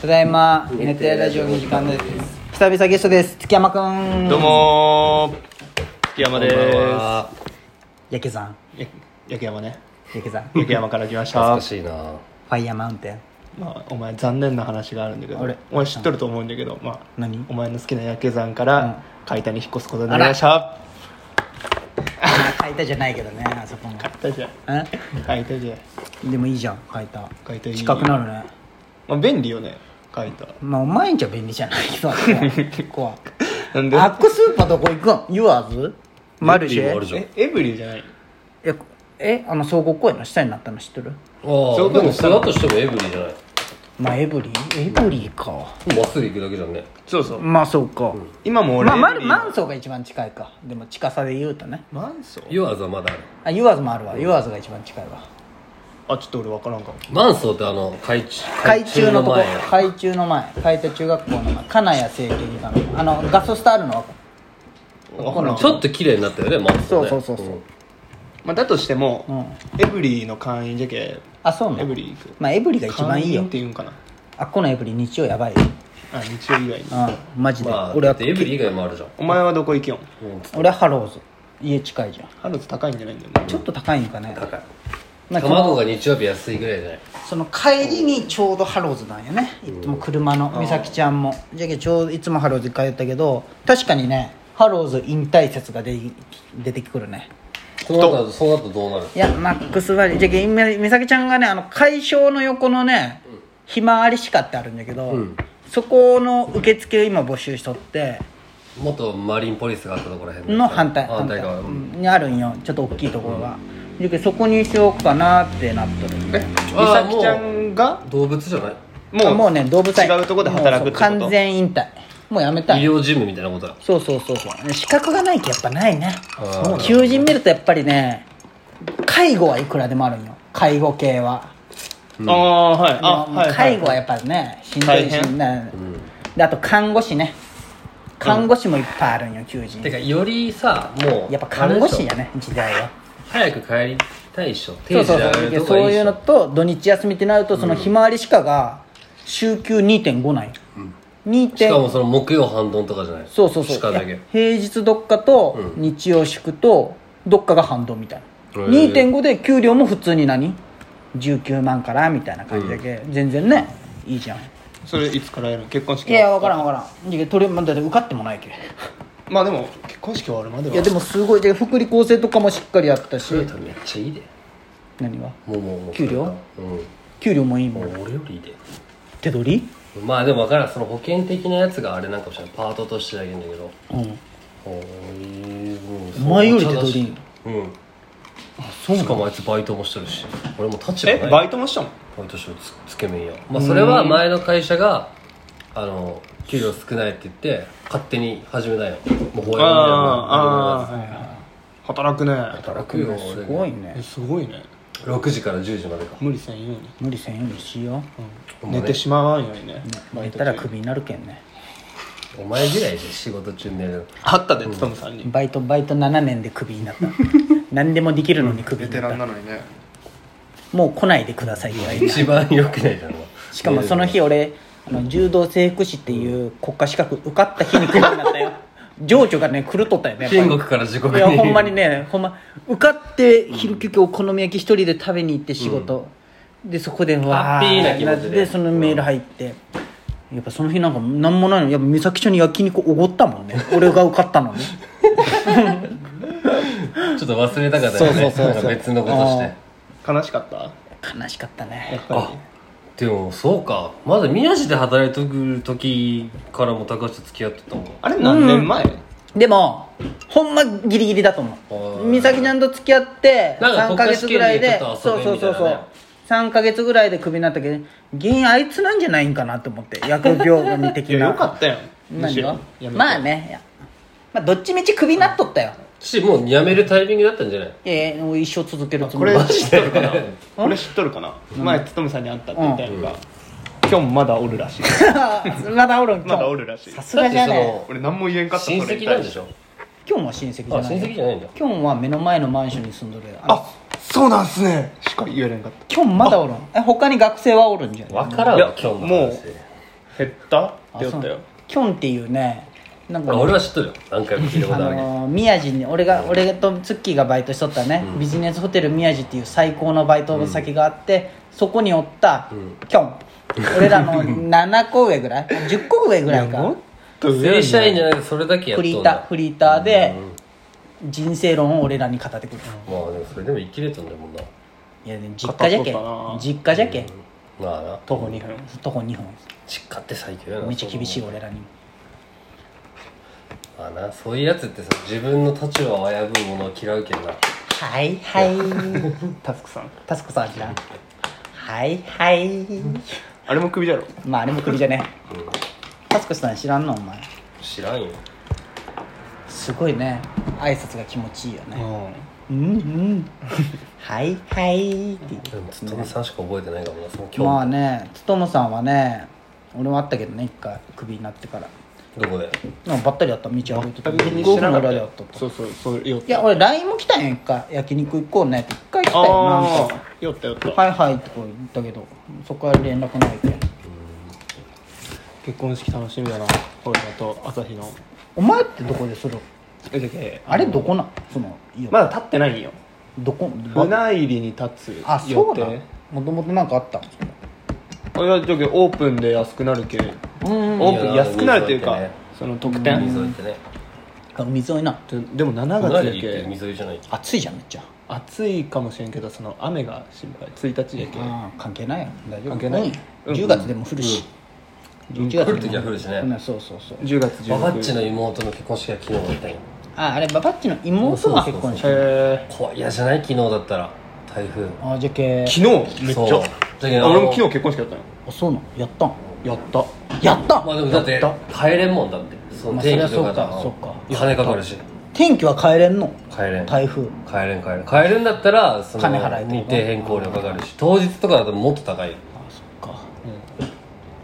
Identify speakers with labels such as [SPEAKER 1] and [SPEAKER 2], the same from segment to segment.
[SPEAKER 1] ただいま
[SPEAKER 2] うん
[SPEAKER 1] 寝てラジオの時間です久々ゲストです月山くん
[SPEAKER 3] どうもー、月山で
[SPEAKER 2] こんばん
[SPEAKER 3] ー
[SPEAKER 2] は
[SPEAKER 1] やけさん
[SPEAKER 3] す。や焼き山ね。
[SPEAKER 1] やけさんフ
[SPEAKER 3] 焼き山から来まし
[SPEAKER 2] 懐
[SPEAKER 3] た
[SPEAKER 2] か。しいな
[SPEAKER 1] ァイヤーマウンテン
[SPEAKER 3] まあ、お前残念な話があるんだけど
[SPEAKER 1] あれ、
[SPEAKER 3] お前知っとると思うんだけど、まあ、
[SPEAKER 1] 何
[SPEAKER 3] お前の好きな焼け山か
[SPEAKER 1] うん
[SPEAKER 3] ら海田に引っ越すことになりました。
[SPEAKER 1] 書いたじゃないけどね あそこも
[SPEAKER 3] 海田じゃん。
[SPEAKER 1] え
[SPEAKER 3] 海田じゃん。
[SPEAKER 1] でもいいじゃん書いた
[SPEAKER 3] 書いたいい
[SPEAKER 1] 近くなるね
[SPEAKER 3] まあ、便利よね、海田。
[SPEAKER 1] まあお前んじゃ便利じゃないけど結構は
[SPEAKER 3] なんで
[SPEAKER 1] アックスーパーどこ行くんユアーズマルシ
[SPEAKER 2] レッティもあ
[SPEAKER 1] ェ
[SPEAKER 2] るじゃん
[SPEAKER 3] え、エブリーじゃない
[SPEAKER 1] ええあの総合公園の下になったの知ってる
[SPEAKER 2] ああ
[SPEAKER 3] そういうこ
[SPEAKER 2] で
[SPEAKER 3] と
[SPEAKER 2] も
[SPEAKER 3] し
[SPEAKER 2] そ
[SPEAKER 3] た
[SPEAKER 2] れ
[SPEAKER 3] の
[SPEAKER 2] だとしてもエブリィじゃない
[SPEAKER 1] まあエブリーエブリーか
[SPEAKER 2] まっすぐ行くだけじゃんね
[SPEAKER 3] そうそう。
[SPEAKER 1] まあそうか、
[SPEAKER 3] 今も俺、
[SPEAKER 1] まあ、マ
[SPEAKER 3] エブ
[SPEAKER 1] ル
[SPEAKER 3] リー
[SPEAKER 1] マンソーが一番近いかでも近さで言うとね
[SPEAKER 3] マンソー
[SPEAKER 2] ユアーズはまだある
[SPEAKER 1] あユアーズもあるわユアーズが一番近いわ
[SPEAKER 3] あ、ちょっと俺わからんかも。
[SPEAKER 2] マンソーってあの海中
[SPEAKER 1] 海中のとこ
[SPEAKER 2] 前
[SPEAKER 1] 海中の前海田中学校の前金谷整形外科のあのガソスタあるの
[SPEAKER 3] わからん
[SPEAKER 2] ちょっと綺麗になったよねマンソーね
[SPEAKER 1] そうそうそうそうん
[SPEAKER 3] まあ、だとして
[SPEAKER 1] う
[SPEAKER 3] も、
[SPEAKER 1] ん
[SPEAKER 3] エブリーの会員じゃけ、
[SPEAKER 1] あそうな
[SPEAKER 3] エ
[SPEAKER 1] の
[SPEAKER 3] ブリー行く。
[SPEAKER 1] まあエブリが一番いい
[SPEAKER 3] 会員
[SPEAKER 1] よ
[SPEAKER 3] って言うんかな。
[SPEAKER 1] あっこのエブリ日曜やばいよ
[SPEAKER 3] あ、日曜以外に。
[SPEAKER 1] うんマジで、
[SPEAKER 2] まあ
[SPEAKER 1] 俺
[SPEAKER 2] だっ
[SPEAKER 1] は
[SPEAKER 2] てエブリィ以外もあるじゃん
[SPEAKER 3] お前はどこ行きよん
[SPEAKER 1] 俺はハローズ家近いじゃん
[SPEAKER 3] ハルツ高いんじゃないんだよね
[SPEAKER 1] ちょっと高いんかね
[SPEAKER 2] 高い
[SPEAKER 1] なんか
[SPEAKER 2] 卵が日曜日安いぐらいじゃない
[SPEAKER 1] その帰りにちょうどハローズなんよねいつも車の美咲ちゃんもじゃけちょうどいつもハローズ通ったけど確かにねハローズ引退説が出出てくるね
[SPEAKER 2] その後その後どうなる
[SPEAKER 1] いやマックスバリューじゃけ今美咲ちゃんがねあの会商の横のね、ひまわり歯科ってあるんだけど、
[SPEAKER 2] うん
[SPEAKER 1] そこの受付を今募集しとって
[SPEAKER 2] 元マリンポリスがあったところらへん
[SPEAKER 1] の反対
[SPEAKER 2] 反対側うん
[SPEAKER 1] うんにあるんよちょっと大きいところが、じゃけそこにしようかなってなっとる
[SPEAKER 3] え美
[SPEAKER 2] あー
[SPEAKER 3] 咲ちゃんが
[SPEAKER 2] 動物じゃない
[SPEAKER 3] も
[SPEAKER 1] あ
[SPEAKER 3] う
[SPEAKER 1] もうね動物園
[SPEAKER 3] 違うとこで働くってこと
[SPEAKER 1] もうそう完全引退もうやめたい
[SPEAKER 2] 医療ジムみたいなことだ
[SPEAKER 1] そうそうそうそう資格がないとやっぱないね
[SPEAKER 2] あーそうなんだ
[SPEAKER 1] 求人見るとやっぱりね介護はいくらでもあるんよ介護系は
[SPEAKER 3] ああはいあ
[SPEAKER 1] もう
[SPEAKER 3] はいはい
[SPEAKER 1] 介護はやっぱねしんどい
[SPEAKER 3] 大変
[SPEAKER 1] しんなであと看護師ね看護師もいっぱいあるんよ求人
[SPEAKER 2] てかよりさもう
[SPEAKER 1] やっぱ看護師
[SPEAKER 2] あれでし
[SPEAKER 1] やね時代は
[SPEAKER 2] ょ早く帰りたいっしょ
[SPEAKER 1] そ
[SPEAKER 2] 定
[SPEAKER 1] う
[SPEAKER 2] 時
[SPEAKER 1] そう
[SPEAKER 2] で上が
[SPEAKER 1] そう
[SPEAKER 2] る
[SPEAKER 1] で
[SPEAKER 2] と
[SPEAKER 1] そ
[SPEAKER 2] こ
[SPEAKER 1] う
[SPEAKER 2] いい
[SPEAKER 1] いう
[SPEAKER 2] っし
[SPEAKER 1] の
[SPEAKER 2] ょ
[SPEAKER 1] と土日休みってなるとそのひまわり歯科が週休2.5なんよ2.5
[SPEAKER 2] しかもその木曜半ドンとかじゃない
[SPEAKER 1] そうそうそう
[SPEAKER 2] 鹿だけ
[SPEAKER 1] 平日どっかと日曜祝とどっかが反動みたいな、
[SPEAKER 2] へー
[SPEAKER 1] 2.5で給料も普通に何19万からみたいな感じだけ、全然ねいいじゃんい
[SPEAKER 3] それいつからやるの結婚式
[SPEAKER 1] やいや分からん分からんいやとりあえずまだ受かってもないけ
[SPEAKER 3] まあでも結婚式終わるまではい
[SPEAKER 1] やでもすごいで福利厚生とかもしっかりあったし
[SPEAKER 2] トヨタめっちゃいいで
[SPEAKER 1] 何が
[SPEAKER 2] もうもうもう
[SPEAKER 1] 給料
[SPEAKER 2] うん
[SPEAKER 1] 給料もいいもん
[SPEAKER 2] もう俺よりいいで
[SPEAKER 1] 手取り
[SPEAKER 2] まあでも分からんその保険的なやつがあれなんかもしれないパートとしてだけんだけど
[SPEAKER 1] うん
[SPEAKER 2] おー
[SPEAKER 1] 前より手取り
[SPEAKER 2] うんしかもあいつバイトもしてるし俺もう立場
[SPEAKER 3] え
[SPEAKER 2] ない
[SPEAKER 3] バイトもしたもん
[SPEAKER 2] バイトしてるつつけ麺屋まあそれは前の会社があの給料少ないって言って勝手に始めたよもう
[SPEAKER 3] あ
[SPEAKER 2] 放映
[SPEAKER 3] ーあーはいはい働くね
[SPEAKER 2] 働くよ
[SPEAKER 1] すごいね
[SPEAKER 3] えすごいね
[SPEAKER 2] 俺6時から10時までか
[SPEAKER 3] 無理せんように、
[SPEAKER 1] 無理せんようにしよ
[SPEAKER 3] うん寝てしまわんようにね
[SPEAKER 1] う言ったらクビになるけんね
[SPEAKER 2] お前ぐらいで仕事中寝る
[SPEAKER 3] あったで勤さんに
[SPEAKER 1] バイトバイト7年でクビに なった何でもできるのにクビになった
[SPEAKER 3] なのにね
[SPEAKER 1] もう来ないでくださいって言われて
[SPEAKER 2] 一番良くないだろ
[SPEAKER 1] しかもその日俺あの柔道整復師っていう国家資格受かった日に来るようにな ったよ情緒がね狂っとったよねやっぱり
[SPEAKER 2] 天国から地獄
[SPEAKER 1] い
[SPEAKER 2] に
[SPEAKER 1] やほんまにねほんま受かって昼休憩お好み焼き一人で食べに行って仕事、でそこでわ
[SPEAKER 2] ハッピーな気持ちで
[SPEAKER 1] ってそのメール入って、やっぱその日なんか何もないのやっぱ美咲ちゃんに焼肉おごったもん ね俺が受かったのに
[SPEAKER 2] ちょっと忘れたかった
[SPEAKER 1] そう
[SPEAKER 2] よ
[SPEAKER 1] そうそう
[SPEAKER 2] ねなん
[SPEAKER 1] そう
[SPEAKER 2] か別のことして
[SPEAKER 3] 悲しかった
[SPEAKER 1] 悲しかった
[SPEAKER 3] や
[SPEAKER 1] ね
[SPEAKER 3] っぱ
[SPEAKER 2] あでもそうかまだ宮地で働いてる時からも高橋と付き合ってたもん
[SPEAKER 3] りあれ何年前、
[SPEAKER 1] でもほんまギリギリだと思
[SPEAKER 2] あ
[SPEAKER 1] う
[SPEAKER 2] ー
[SPEAKER 1] 美咲ちゃんと付き合って
[SPEAKER 2] なんか
[SPEAKER 1] 3ヶ月ぐらいで
[SPEAKER 2] 国家試験
[SPEAKER 1] そう
[SPEAKER 2] でち
[SPEAKER 1] そ
[SPEAKER 2] ょっと遊べ
[SPEAKER 1] うそう
[SPEAKER 2] みたいなね
[SPEAKER 1] そう3ヶ月ぐらいでクビになったけど原因あいつなんじゃないんかなと思って薬業務的
[SPEAKER 3] いや
[SPEAKER 1] な
[SPEAKER 3] よかったやんむ
[SPEAKER 1] 何
[SPEAKER 3] しろ
[SPEAKER 1] が
[SPEAKER 3] やめて
[SPEAKER 1] まあねいやまあどっちみちクビになっとったよ
[SPEAKER 2] しもう辞めるタイミングだったんじゃない
[SPEAKER 1] いやいやもう一生続けるつ
[SPEAKER 3] こ
[SPEAKER 1] もり
[SPEAKER 3] れ
[SPEAKER 1] だ
[SPEAKER 3] 知っとるかなこれ知っとるかな前勤さんに会ったって言ったやんか今日もまだおるらしい
[SPEAKER 1] まだおるん今
[SPEAKER 3] ま
[SPEAKER 1] 日
[SPEAKER 3] だおるらしい
[SPEAKER 1] さすがじゃ
[SPEAKER 2] だってそ
[SPEAKER 1] ね
[SPEAKER 2] の
[SPEAKER 3] 俺何も言えんかった
[SPEAKER 2] 親戚なんでし
[SPEAKER 3] ょ
[SPEAKER 2] ょ
[SPEAKER 1] 今日も親戚じゃ
[SPEAKER 2] あ
[SPEAKER 1] ない
[SPEAKER 2] 親戚じゃないんだ
[SPEAKER 1] 今日は目の前のマンションに住んどるあ
[SPEAKER 3] あそうなんすねしか言えれんかった
[SPEAKER 1] 今日まだおるんえ他に学生はおるんじゃない
[SPEAKER 2] 分からん
[SPEAKER 3] いや
[SPEAKER 2] わ今日の話
[SPEAKER 3] もう減ったって
[SPEAKER 1] あ
[SPEAKER 3] 言
[SPEAKER 1] そ
[SPEAKER 3] っ
[SPEAKER 1] う
[SPEAKER 3] たよ
[SPEAKER 1] キョンっていうねなんか
[SPEAKER 2] あ
[SPEAKER 1] ね
[SPEAKER 2] 俺は知っとるよ何回も聞いたこ
[SPEAKER 1] あ
[SPEAKER 2] とあるけど
[SPEAKER 1] の宮地に俺が俺とツッキーがバイトしとったね、ビジネスホテル宮地っていう最高のバイト先があって、そこにおった、きょん、俺らの7個上ぐらい10個上ぐらいか
[SPEAKER 2] 正社員じゃなくてそれだけやっ
[SPEAKER 1] フ
[SPEAKER 2] と
[SPEAKER 1] リ
[SPEAKER 2] ん
[SPEAKER 1] ー
[SPEAKER 2] だ
[SPEAKER 1] ターフリーターで人生論を俺らに語ってくる、
[SPEAKER 2] まあでもそれでも生きれとんだもんない
[SPEAKER 1] やでも実家じゃけ
[SPEAKER 3] 語っとったな
[SPEAKER 1] 実家じゃけ、
[SPEAKER 2] まあな
[SPEAKER 3] 徒歩2分
[SPEAKER 1] 徒歩2分
[SPEAKER 2] 実家って最強やな
[SPEAKER 1] めっちゃ厳しい
[SPEAKER 2] そ
[SPEAKER 1] 俺らにも
[SPEAKER 2] うまあなそういうやつってさ自分の立場を危ぶむものを嫌うけんな
[SPEAKER 1] はいはい
[SPEAKER 3] タスクさん
[SPEAKER 1] タスコさんじゃんはいはい
[SPEAKER 3] あれも首だろ
[SPEAKER 1] まああれもクリじゃねタスコさん知らんのお前
[SPEAKER 2] 知らんよ
[SPEAKER 1] すごいね挨拶が気持ちいいよね
[SPEAKER 3] ん
[SPEAKER 1] うんうんはいはいって言って
[SPEAKER 2] でもつとみさんしか覚えてないかもなその今日、
[SPEAKER 1] まあねつともさんはね俺もあったけどね一回クビになってから
[SPEAKER 2] どこで
[SPEAKER 1] なんかばったりだった道歩いてた
[SPEAKER 3] 全然
[SPEAKER 1] ゴルフの裏であったと
[SPEAKER 3] そうそうそうよっ
[SPEAKER 1] いや俺 LINE も来たんやん一回焼肉行こうねって一回来た
[SPEAKER 3] あ
[SPEAKER 1] よ
[SPEAKER 3] あ酔った酔っ
[SPEAKER 1] なん
[SPEAKER 3] た
[SPEAKER 1] かはいはいってこう言ったけどそこから連絡ないけん
[SPEAKER 3] 結婚式楽しみだなホルダと朝日の
[SPEAKER 1] お前ってどこでする
[SPEAKER 3] えじゃけ
[SPEAKER 1] あれどこなんそのいいよ
[SPEAKER 3] まだ立ってないんよ
[SPEAKER 1] どこ
[SPEAKER 3] 船入りに立つ
[SPEAKER 1] あそ
[SPEAKER 3] 予
[SPEAKER 1] うなん
[SPEAKER 3] 定
[SPEAKER 1] もともとなんかあった
[SPEAKER 3] あいやじゃけオープンで安くなるけ
[SPEAKER 1] うん
[SPEAKER 3] オープン安くなるというか
[SPEAKER 2] いや
[SPEAKER 3] その特
[SPEAKER 2] 海沿
[SPEAKER 3] 典
[SPEAKER 2] いってね
[SPEAKER 1] 海沿いな
[SPEAKER 3] ででも7
[SPEAKER 2] 何
[SPEAKER 3] 月だ
[SPEAKER 2] 言って海
[SPEAKER 3] け
[SPEAKER 2] 沿いじゃない
[SPEAKER 1] 暑いじゃんめっちゃ
[SPEAKER 3] 暑いかもしれんけどその雨が心配1日だ
[SPEAKER 1] ああ関係ないよ大丈夫
[SPEAKER 3] 関係ない
[SPEAKER 1] うん、
[SPEAKER 3] うん
[SPEAKER 1] 10月でも降るし、11月
[SPEAKER 2] 降
[SPEAKER 1] で
[SPEAKER 2] る
[SPEAKER 1] も
[SPEAKER 2] 時は降るしね
[SPEAKER 1] うんそうそうそう
[SPEAKER 3] け10月
[SPEAKER 2] ババッチ
[SPEAKER 3] 19
[SPEAKER 2] の
[SPEAKER 3] 日
[SPEAKER 2] 妹の結婚式が昨日だったんよ
[SPEAKER 1] ああれババッチの妹が結婚し
[SPEAKER 2] そ
[SPEAKER 1] た
[SPEAKER 2] う
[SPEAKER 3] へえ
[SPEAKER 2] 怖いやじゃない昨日だったら台風
[SPEAKER 1] ああじゃけ
[SPEAKER 3] 昨日めっち
[SPEAKER 2] そうだけ
[SPEAKER 3] ゃ
[SPEAKER 2] ど
[SPEAKER 3] あ俺も昨日結婚式だったの
[SPEAKER 1] あそうなのやったん
[SPEAKER 3] やった
[SPEAKER 1] やったん、
[SPEAKER 2] まあでもだって帰れんもんだってそ
[SPEAKER 1] まあ
[SPEAKER 2] の
[SPEAKER 1] そり
[SPEAKER 2] 天
[SPEAKER 1] ゃ
[SPEAKER 2] 気
[SPEAKER 1] そ
[SPEAKER 2] と
[SPEAKER 1] う
[SPEAKER 2] かだ
[SPEAKER 1] かそうか
[SPEAKER 2] 金かかるし
[SPEAKER 1] 天気は変えれんの
[SPEAKER 2] 帰れん帰
[SPEAKER 1] 台風
[SPEAKER 2] れん帰れん帰れんだったらその
[SPEAKER 1] 金払えと
[SPEAKER 2] 日程変更料かかるし当日とかだともっと高いよ
[SPEAKER 1] あそっか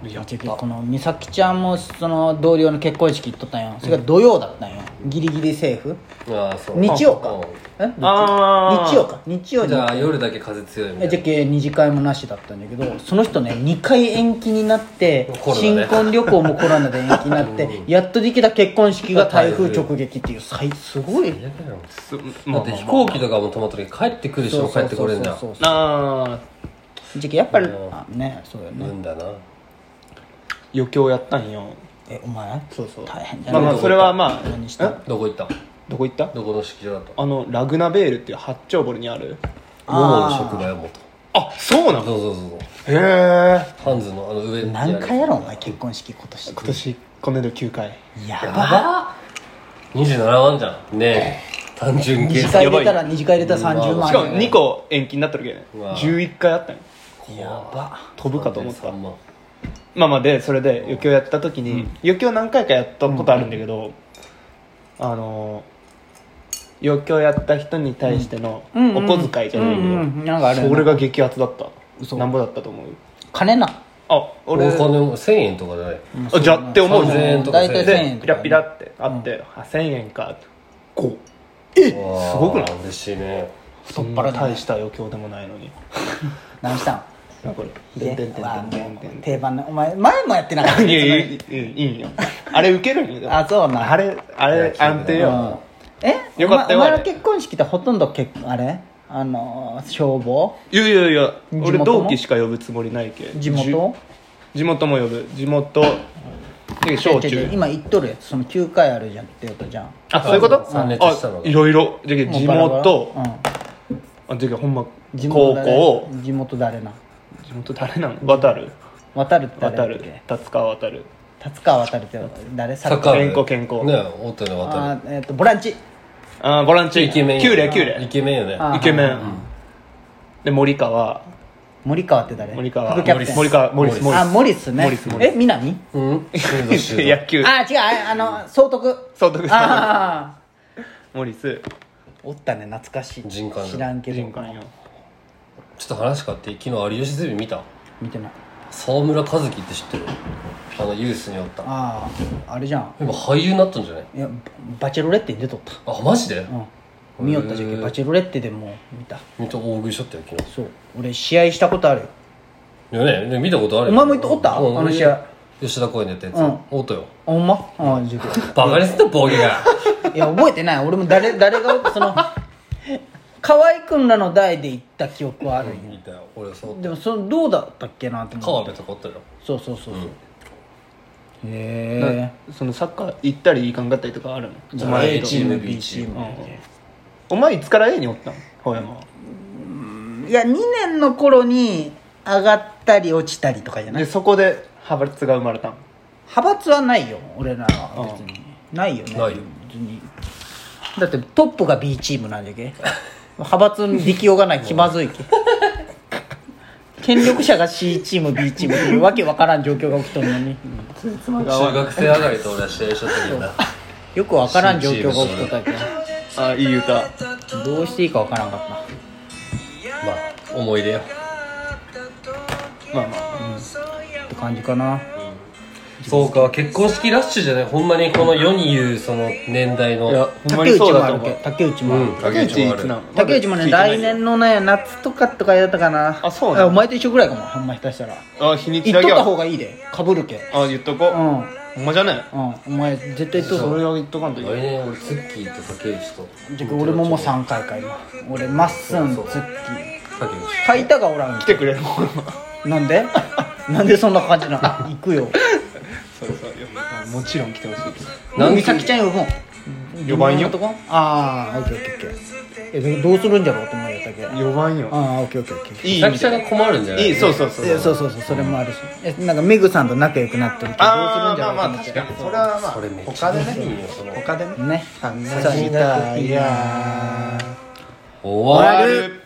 [SPEAKER 1] やってたこの美咲ちゃんもその同僚の結婚式行っとったんよそれが土曜だったんよギリギリセーフ
[SPEAKER 2] ああそう
[SPEAKER 1] 日曜かえ日曜
[SPEAKER 3] あー
[SPEAKER 1] 日曜か日曜
[SPEAKER 2] うん
[SPEAKER 1] に
[SPEAKER 2] じゃあ夜だけ風強いみた
[SPEAKER 1] え
[SPEAKER 2] い
[SPEAKER 1] じ
[SPEAKER 2] な
[SPEAKER 1] ゃけ二次会もなしだったんだけどその人ね2回延期になって、
[SPEAKER 2] コロナ
[SPEAKER 1] 新
[SPEAKER 2] ね
[SPEAKER 1] 婚旅行もコロナで延期になってやっとできた結婚式が台風直撃っていう最すごい
[SPEAKER 2] 嫌だよ
[SPEAKER 3] す
[SPEAKER 2] だ
[SPEAKER 3] ま
[SPEAKER 2] って飛行機とかも止まった時帰ってくる人も帰ってこれんじゃん
[SPEAKER 1] そうそうそう
[SPEAKER 3] ああ
[SPEAKER 1] そうじゃけやっぱり
[SPEAKER 2] うん
[SPEAKER 1] あねそうよね、
[SPEAKER 2] うんだな
[SPEAKER 3] 余興やったんよ
[SPEAKER 1] えお前
[SPEAKER 3] そうそう
[SPEAKER 1] 大変だ
[SPEAKER 3] まあまあそれはまあ
[SPEAKER 1] 何した
[SPEAKER 3] ん
[SPEAKER 2] どこ行った
[SPEAKER 3] どこ行った
[SPEAKER 2] どこの式場だと
[SPEAKER 3] あのラグナベールっていう八丁堀にある
[SPEAKER 2] モモの職場やもと
[SPEAKER 3] あそうな
[SPEAKER 2] そうそうそうそう
[SPEAKER 3] へえ
[SPEAKER 2] ハンズのあの上にある
[SPEAKER 1] 何回やろお前結婚式今年
[SPEAKER 3] 今年今年度9回
[SPEAKER 1] や
[SPEAKER 2] や
[SPEAKER 1] ば
[SPEAKER 2] ば27万じゃんねえ単純
[SPEAKER 1] 二
[SPEAKER 2] 計
[SPEAKER 1] 次
[SPEAKER 2] 算
[SPEAKER 1] 会入れたら二次会入れたら30万
[SPEAKER 2] まあ
[SPEAKER 3] しかも2個延期になってるけどね
[SPEAKER 2] うわ
[SPEAKER 3] 11回あったんよ
[SPEAKER 1] やば
[SPEAKER 3] 飛ぶかと思った
[SPEAKER 2] 33万
[SPEAKER 3] まあまあでそれで余興やった時に、余興何回かやったことあるんだけど、あのー余興やった人に対してのお
[SPEAKER 1] うんうん
[SPEAKER 3] 小遣いじゃないけど、
[SPEAKER 1] うんうんなんかあるよね
[SPEAKER 3] それが激アツだった
[SPEAKER 1] 嘘
[SPEAKER 3] なんぼだったと思う
[SPEAKER 1] 金な
[SPEAKER 3] あ
[SPEAKER 2] お
[SPEAKER 3] 俺
[SPEAKER 2] 金も1000円とかじゃない
[SPEAKER 3] あじゃって思うじゃん
[SPEAKER 2] 3000円とか
[SPEAKER 1] 大体1000
[SPEAKER 2] 1000
[SPEAKER 3] で
[SPEAKER 1] 円と
[SPEAKER 3] ピ
[SPEAKER 1] かね
[SPEAKER 3] ラピラってあって、あ1000円か5
[SPEAKER 2] えす
[SPEAKER 3] ごくない
[SPEAKER 2] 嬉しいね
[SPEAKER 1] 太
[SPEAKER 3] そ
[SPEAKER 1] っ
[SPEAKER 3] ん
[SPEAKER 1] 腹
[SPEAKER 3] な
[SPEAKER 1] だね
[SPEAKER 3] 大した余興でもないのに
[SPEAKER 1] 何したん
[SPEAKER 3] あこれ
[SPEAKER 1] い
[SPEAKER 3] で
[SPEAKER 1] や
[SPEAKER 3] んでんでん
[SPEAKER 1] わあ
[SPEAKER 3] でん
[SPEAKER 1] も
[SPEAKER 3] でん
[SPEAKER 1] う
[SPEAKER 3] で
[SPEAKER 1] 定番のお前前もやってなかった
[SPEAKER 3] んいやいや
[SPEAKER 1] ね
[SPEAKER 3] いやいいんよあれウケるんよでも
[SPEAKER 1] あそうなん
[SPEAKER 3] あれあ
[SPEAKER 2] いや
[SPEAKER 3] れ
[SPEAKER 2] 気分
[SPEAKER 3] 安定よ
[SPEAKER 1] え
[SPEAKER 3] よかったよ
[SPEAKER 1] お前お前
[SPEAKER 3] あ
[SPEAKER 1] の
[SPEAKER 3] れ
[SPEAKER 1] 結婚式ってほとんど結あれあのー消防
[SPEAKER 3] いやいやいや
[SPEAKER 1] 地元
[SPEAKER 3] 俺
[SPEAKER 1] も
[SPEAKER 3] 同期しか呼ぶつもりないけ
[SPEAKER 1] 地
[SPEAKER 3] じゅ
[SPEAKER 1] 元
[SPEAKER 3] 地元も呼ぶ地元で
[SPEAKER 1] 違う
[SPEAKER 3] 小
[SPEAKER 1] 違う違う
[SPEAKER 3] 中
[SPEAKER 1] 今言っとるやつその9回あるじゃんってことじゃん
[SPEAKER 3] あそういうこと
[SPEAKER 2] 参列したの
[SPEAKER 3] あいろいろじゃけ
[SPEAKER 1] も
[SPEAKER 3] 地
[SPEAKER 1] うバラバラ
[SPEAKER 3] 元あじゃけほんま高校
[SPEAKER 1] うん、地元誰な
[SPEAKER 3] 地元誰なの渡る
[SPEAKER 1] 渡るって誰
[SPEAKER 3] 渡
[SPEAKER 1] だっ
[SPEAKER 3] る
[SPEAKER 1] け
[SPEAKER 3] 達川渡る
[SPEAKER 1] 達川渡るって誰サ
[SPEAKER 2] サッ
[SPEAKER 1] カ
[SPEAKER 2] カー
[SPEAKER 3] 健康健康
[SPEAKER 2] ねえ大手の渡
[SPEAKER 1] あーえっ、とボランチ
[SPEAKER 3] あーボランチ
[SPEAKER 2] るイケメン
[SPEAKER 3] キューレ
[SPEAKER 2] よ
[SPEAKER 3] キュー
[SPEAKER 2] イ
[SPEAKER 3] レ
[SPEAKER 2] ケメンよね
[SPEAKER 1] あー
[SPEAKER 3] イケメンで森川
[SPEAKER 1] 森川って誰
[SPEAKER 3] 森川
[SPEAKER 1] 副キャプテン
[SPEAKER 3] 森川森
[SPEAKER 2] モリ
[SPEAKER 3] ス
[SPEAKER 2] ス
[SPEAKER 3] モリ
[SPEAKER 1] あ
[SPEAKER 3] ス
[SPEAKER 1] モリスね
[SPEAKER 3] モリスモリス
[SPEAKER 1] え南
[SPEAKER 2] うん修道修道
[SPEAKER 3] 野球
[SPEAKER 1] あー違うああの総 督
[SPEAKER 3] 総督さ
[SPEAKER 1] ああ
[SPEAKER 3] んモリス
[SPEAKER 1] おったね懐かしい
[SPEAKER 2] 人間
[SPEAKER 1] 知らんけど
[SPEAKER 3] 人間よ
[SPEAKER 2] ちょっと話変わって昨日有吉ゼミ見た
[SPEAKER 1] 見てない
[SPEAKER 2] 沢村和樹って知ってるあのユースにおった
[SPEAKER 1] あああれじゃん
[SPEAKER 2] 今俳優になったんじゃない
[SPEAKER 1] いやバチェロレッテに出とった
[SPEAKER 2] あマジで
[SPEAKER 1] うん見よったじゃけ
[SPEAKER 2] へー
[SPEAKER 1] バチェロレッテでも見た
[SPEAKER 2] めっちゃ大食いしとったよ昨
[SPEAKER 1] そう俺試合したことあるよ
[SPEAKER 2] 日いやねね見たことある
[SPEAKER 1] お
[SPEAKER 2] よ
[SPEAKER 1] 前も行っとおったあ
[SPEAKER 2] うん
[SPEAKER 1] の試合
[SPEAKER 2] 吉田公園でやったやつ、
[SPEAKER 1] うん
[SPEAKER 2] オートよ
[SPEAKER 1] ほんまああ10個
[SPEAKER 2] バカにすんなボケが
[SPEAKER 1] いや覚えてない俺も誰誰がその河合君らの代で行った記憶はあるん
[SPEAKER 2] い
[SPEAKER 1] や
[SPEAKER 2] たよ俺そう
[SPEAKER 1] でもそのどうだったっけなって
[SPEAKER 2] 川
[SPEAKER 1] 思って
[SPEAKER 2] 辺とかおったよ
[SPEAKER 1] そうそうそうそう、
[SPEAKER 3] な
[SPEAKER 1] へえ
[SPEAKER 3] そのサッカー行ったり行かんかったりとかあるの
[SPEAKER 2] じ
[SPEAKER 1] じ
[SPEAKER 2] ゃ
[SPEAKER 1] ゃ
[SPEAKER 2] あ
[SPEAKER 1] あ
[SPEAKER 3] お前
[SPEAKER 2] A チーム
[SPEAKER 1] B チーム
[SPEAKER 3] お前いつから A におったん青山はい
[SPEAKER 1] や2年の頃に上がったり落ちたりとかじゃない
[SPEAKER 3] でそこで派閥が生まれたん
[SPEAKER 1] 派閥はないよ俺らは別にないよね
[SPEAKER 2] ないよ
[SPEAKER 1] 別にだってトップが B チームなんじゃけ派閥にできようがない気まずい け権力者が C チーム B チームっていうわけわからん状況が起きとるのに
[SPEAKER 2] 中学生上がりと俺は試合しとったけどな
[SPEAKER 1] よくわからん状況が起きとったけ
[SPEAKER 3] あいい歌
[SPEAKER 1] どどうしていいかわからんかった
[SPEAKER 2] まあ思い出よ
[SPEAKER 3] まあまあ、うん
[SPEAKER 1] って感じかな
[SPEAKER 2] そうか結婚式ラッシュじゃないほんまにこの世に言うその年代の
[SPEAKER 3] いやほんま
[SPEAKER 1] 竹
[SPEAKER 3] に
[SPEAKER 1] 内
[SPEAKER 3] そう
[SPEAKER 1] もあ
[SPEAKER 3] だと
[SPEAKER 1] る
[SPEAKER 3] 思
[SPEAKER 1] け
[SPEAKER 3] う
[SPEAKER 1] 竹内もある
[SPEAKER 2] うん
[SPEAKER 3] 竹内いつなの
[SPEAKER 1] 竹内もね
[SPEAKER 3] まだ聞い
[SPEAKER 1] 来
[SPEAKER 3] てないよ
[SPEAKER 1] 年のね夏とかとかだったかな
[SPEAKER 3] あそうなの
[SPEAKER 1] お前と一緒ぐらいかもほんま下手したら
[SPEAKER 3] あ日にち
[SPEAKER 1] 言っと
[SPEAKER 3] だけ
[SPEAKER 1] っ
[SPEAKER 3] は
[SPEAKER 1] た方がいいでかぶるけ
[SPEAKER 3] あ言っとこう
[SPEAKER 1] う、ん
[SPEAKER 3] ほんまじゃね
[SPEAKER 1] うん、お前絶対どう
[SPEAKER 3] そ
[SPEAKER 1] ぞ
[SPEAKER 3] れは言っとかんといけない
[SPEAKER 2] 来年俺ツッキーと竹内と
[SPEAKER 1] じゃあ俺ももう3回か今俺マッスンツッキー
[SPEAKER 2] 竹内
[SPEAKER 1] 書いたがおらん
[SPEAKER 3] 来てくれるもん
[SPEAKER 1] なんで なんでそんな感じ なの行くよ
[SPEAKER 3] そうそう もちろん来てほしい
[SPEAKER 2] なん
[SPEAKER 1] 美咲ちゃん呼ぶん
[SPEAKER 3] 呼ばんよ
[SPEAKER 1] どの男ああオッケーオッケーオッケーえでもどうするんじゃろうと思うやったけあ
[SPEAKER 3] 呼ばんよ
[SPEAKER 1] あオッケーオッケーオッケー
[SPEAKER 3] いい
[SPEAKER 2] 美
[SPEAKER 3] 意
[SPEAKER 2] 咲
[SPEAKER 3] 味
[SPEAKER 2] ちゃん
[SPEAKER 3] で
[SPEAKER 2] が困るんじゃない
[SPEAKER 3] いいそうそうそう
[SPEAKER 1] いやそうそうそうそれもあるしえなんかメグさんと仲良くなってるけどどうするん
[SPEAKER 3] あー
[SPEAKER 1] じゃ
[SPEAKER 3] ま
[SPEAKER 1] ろ
[SPEAKER 3] あ
[SPEAKER 1] う
[SPEAKER 3] ま
[SPEAKER 1] と思っ
[SPEAKER 3] あ確
[SPEAKER 1] て
[SPEAKER 3] かにそれはまあ
[SPEAKER 2] それめっちゃ
[SPEAKER 3] 他で
[SPEAKER 2] むず
[SPEAKER 3] ね
[SPEAKER 2] いよその
[SPEAKER 3] 他でね
[SPEAKER 1] ね
[SPEAKER 3] 考え
[SPEAKER 1] さ
[SPEAKER 3] た
[SPEAKER 1] ぎ
[SPEAKER 3] い
[SPEAKER 1] た
[SPEAKER 3] や
[SPEAKER 1] いや
[SPEAKER 2] 終わる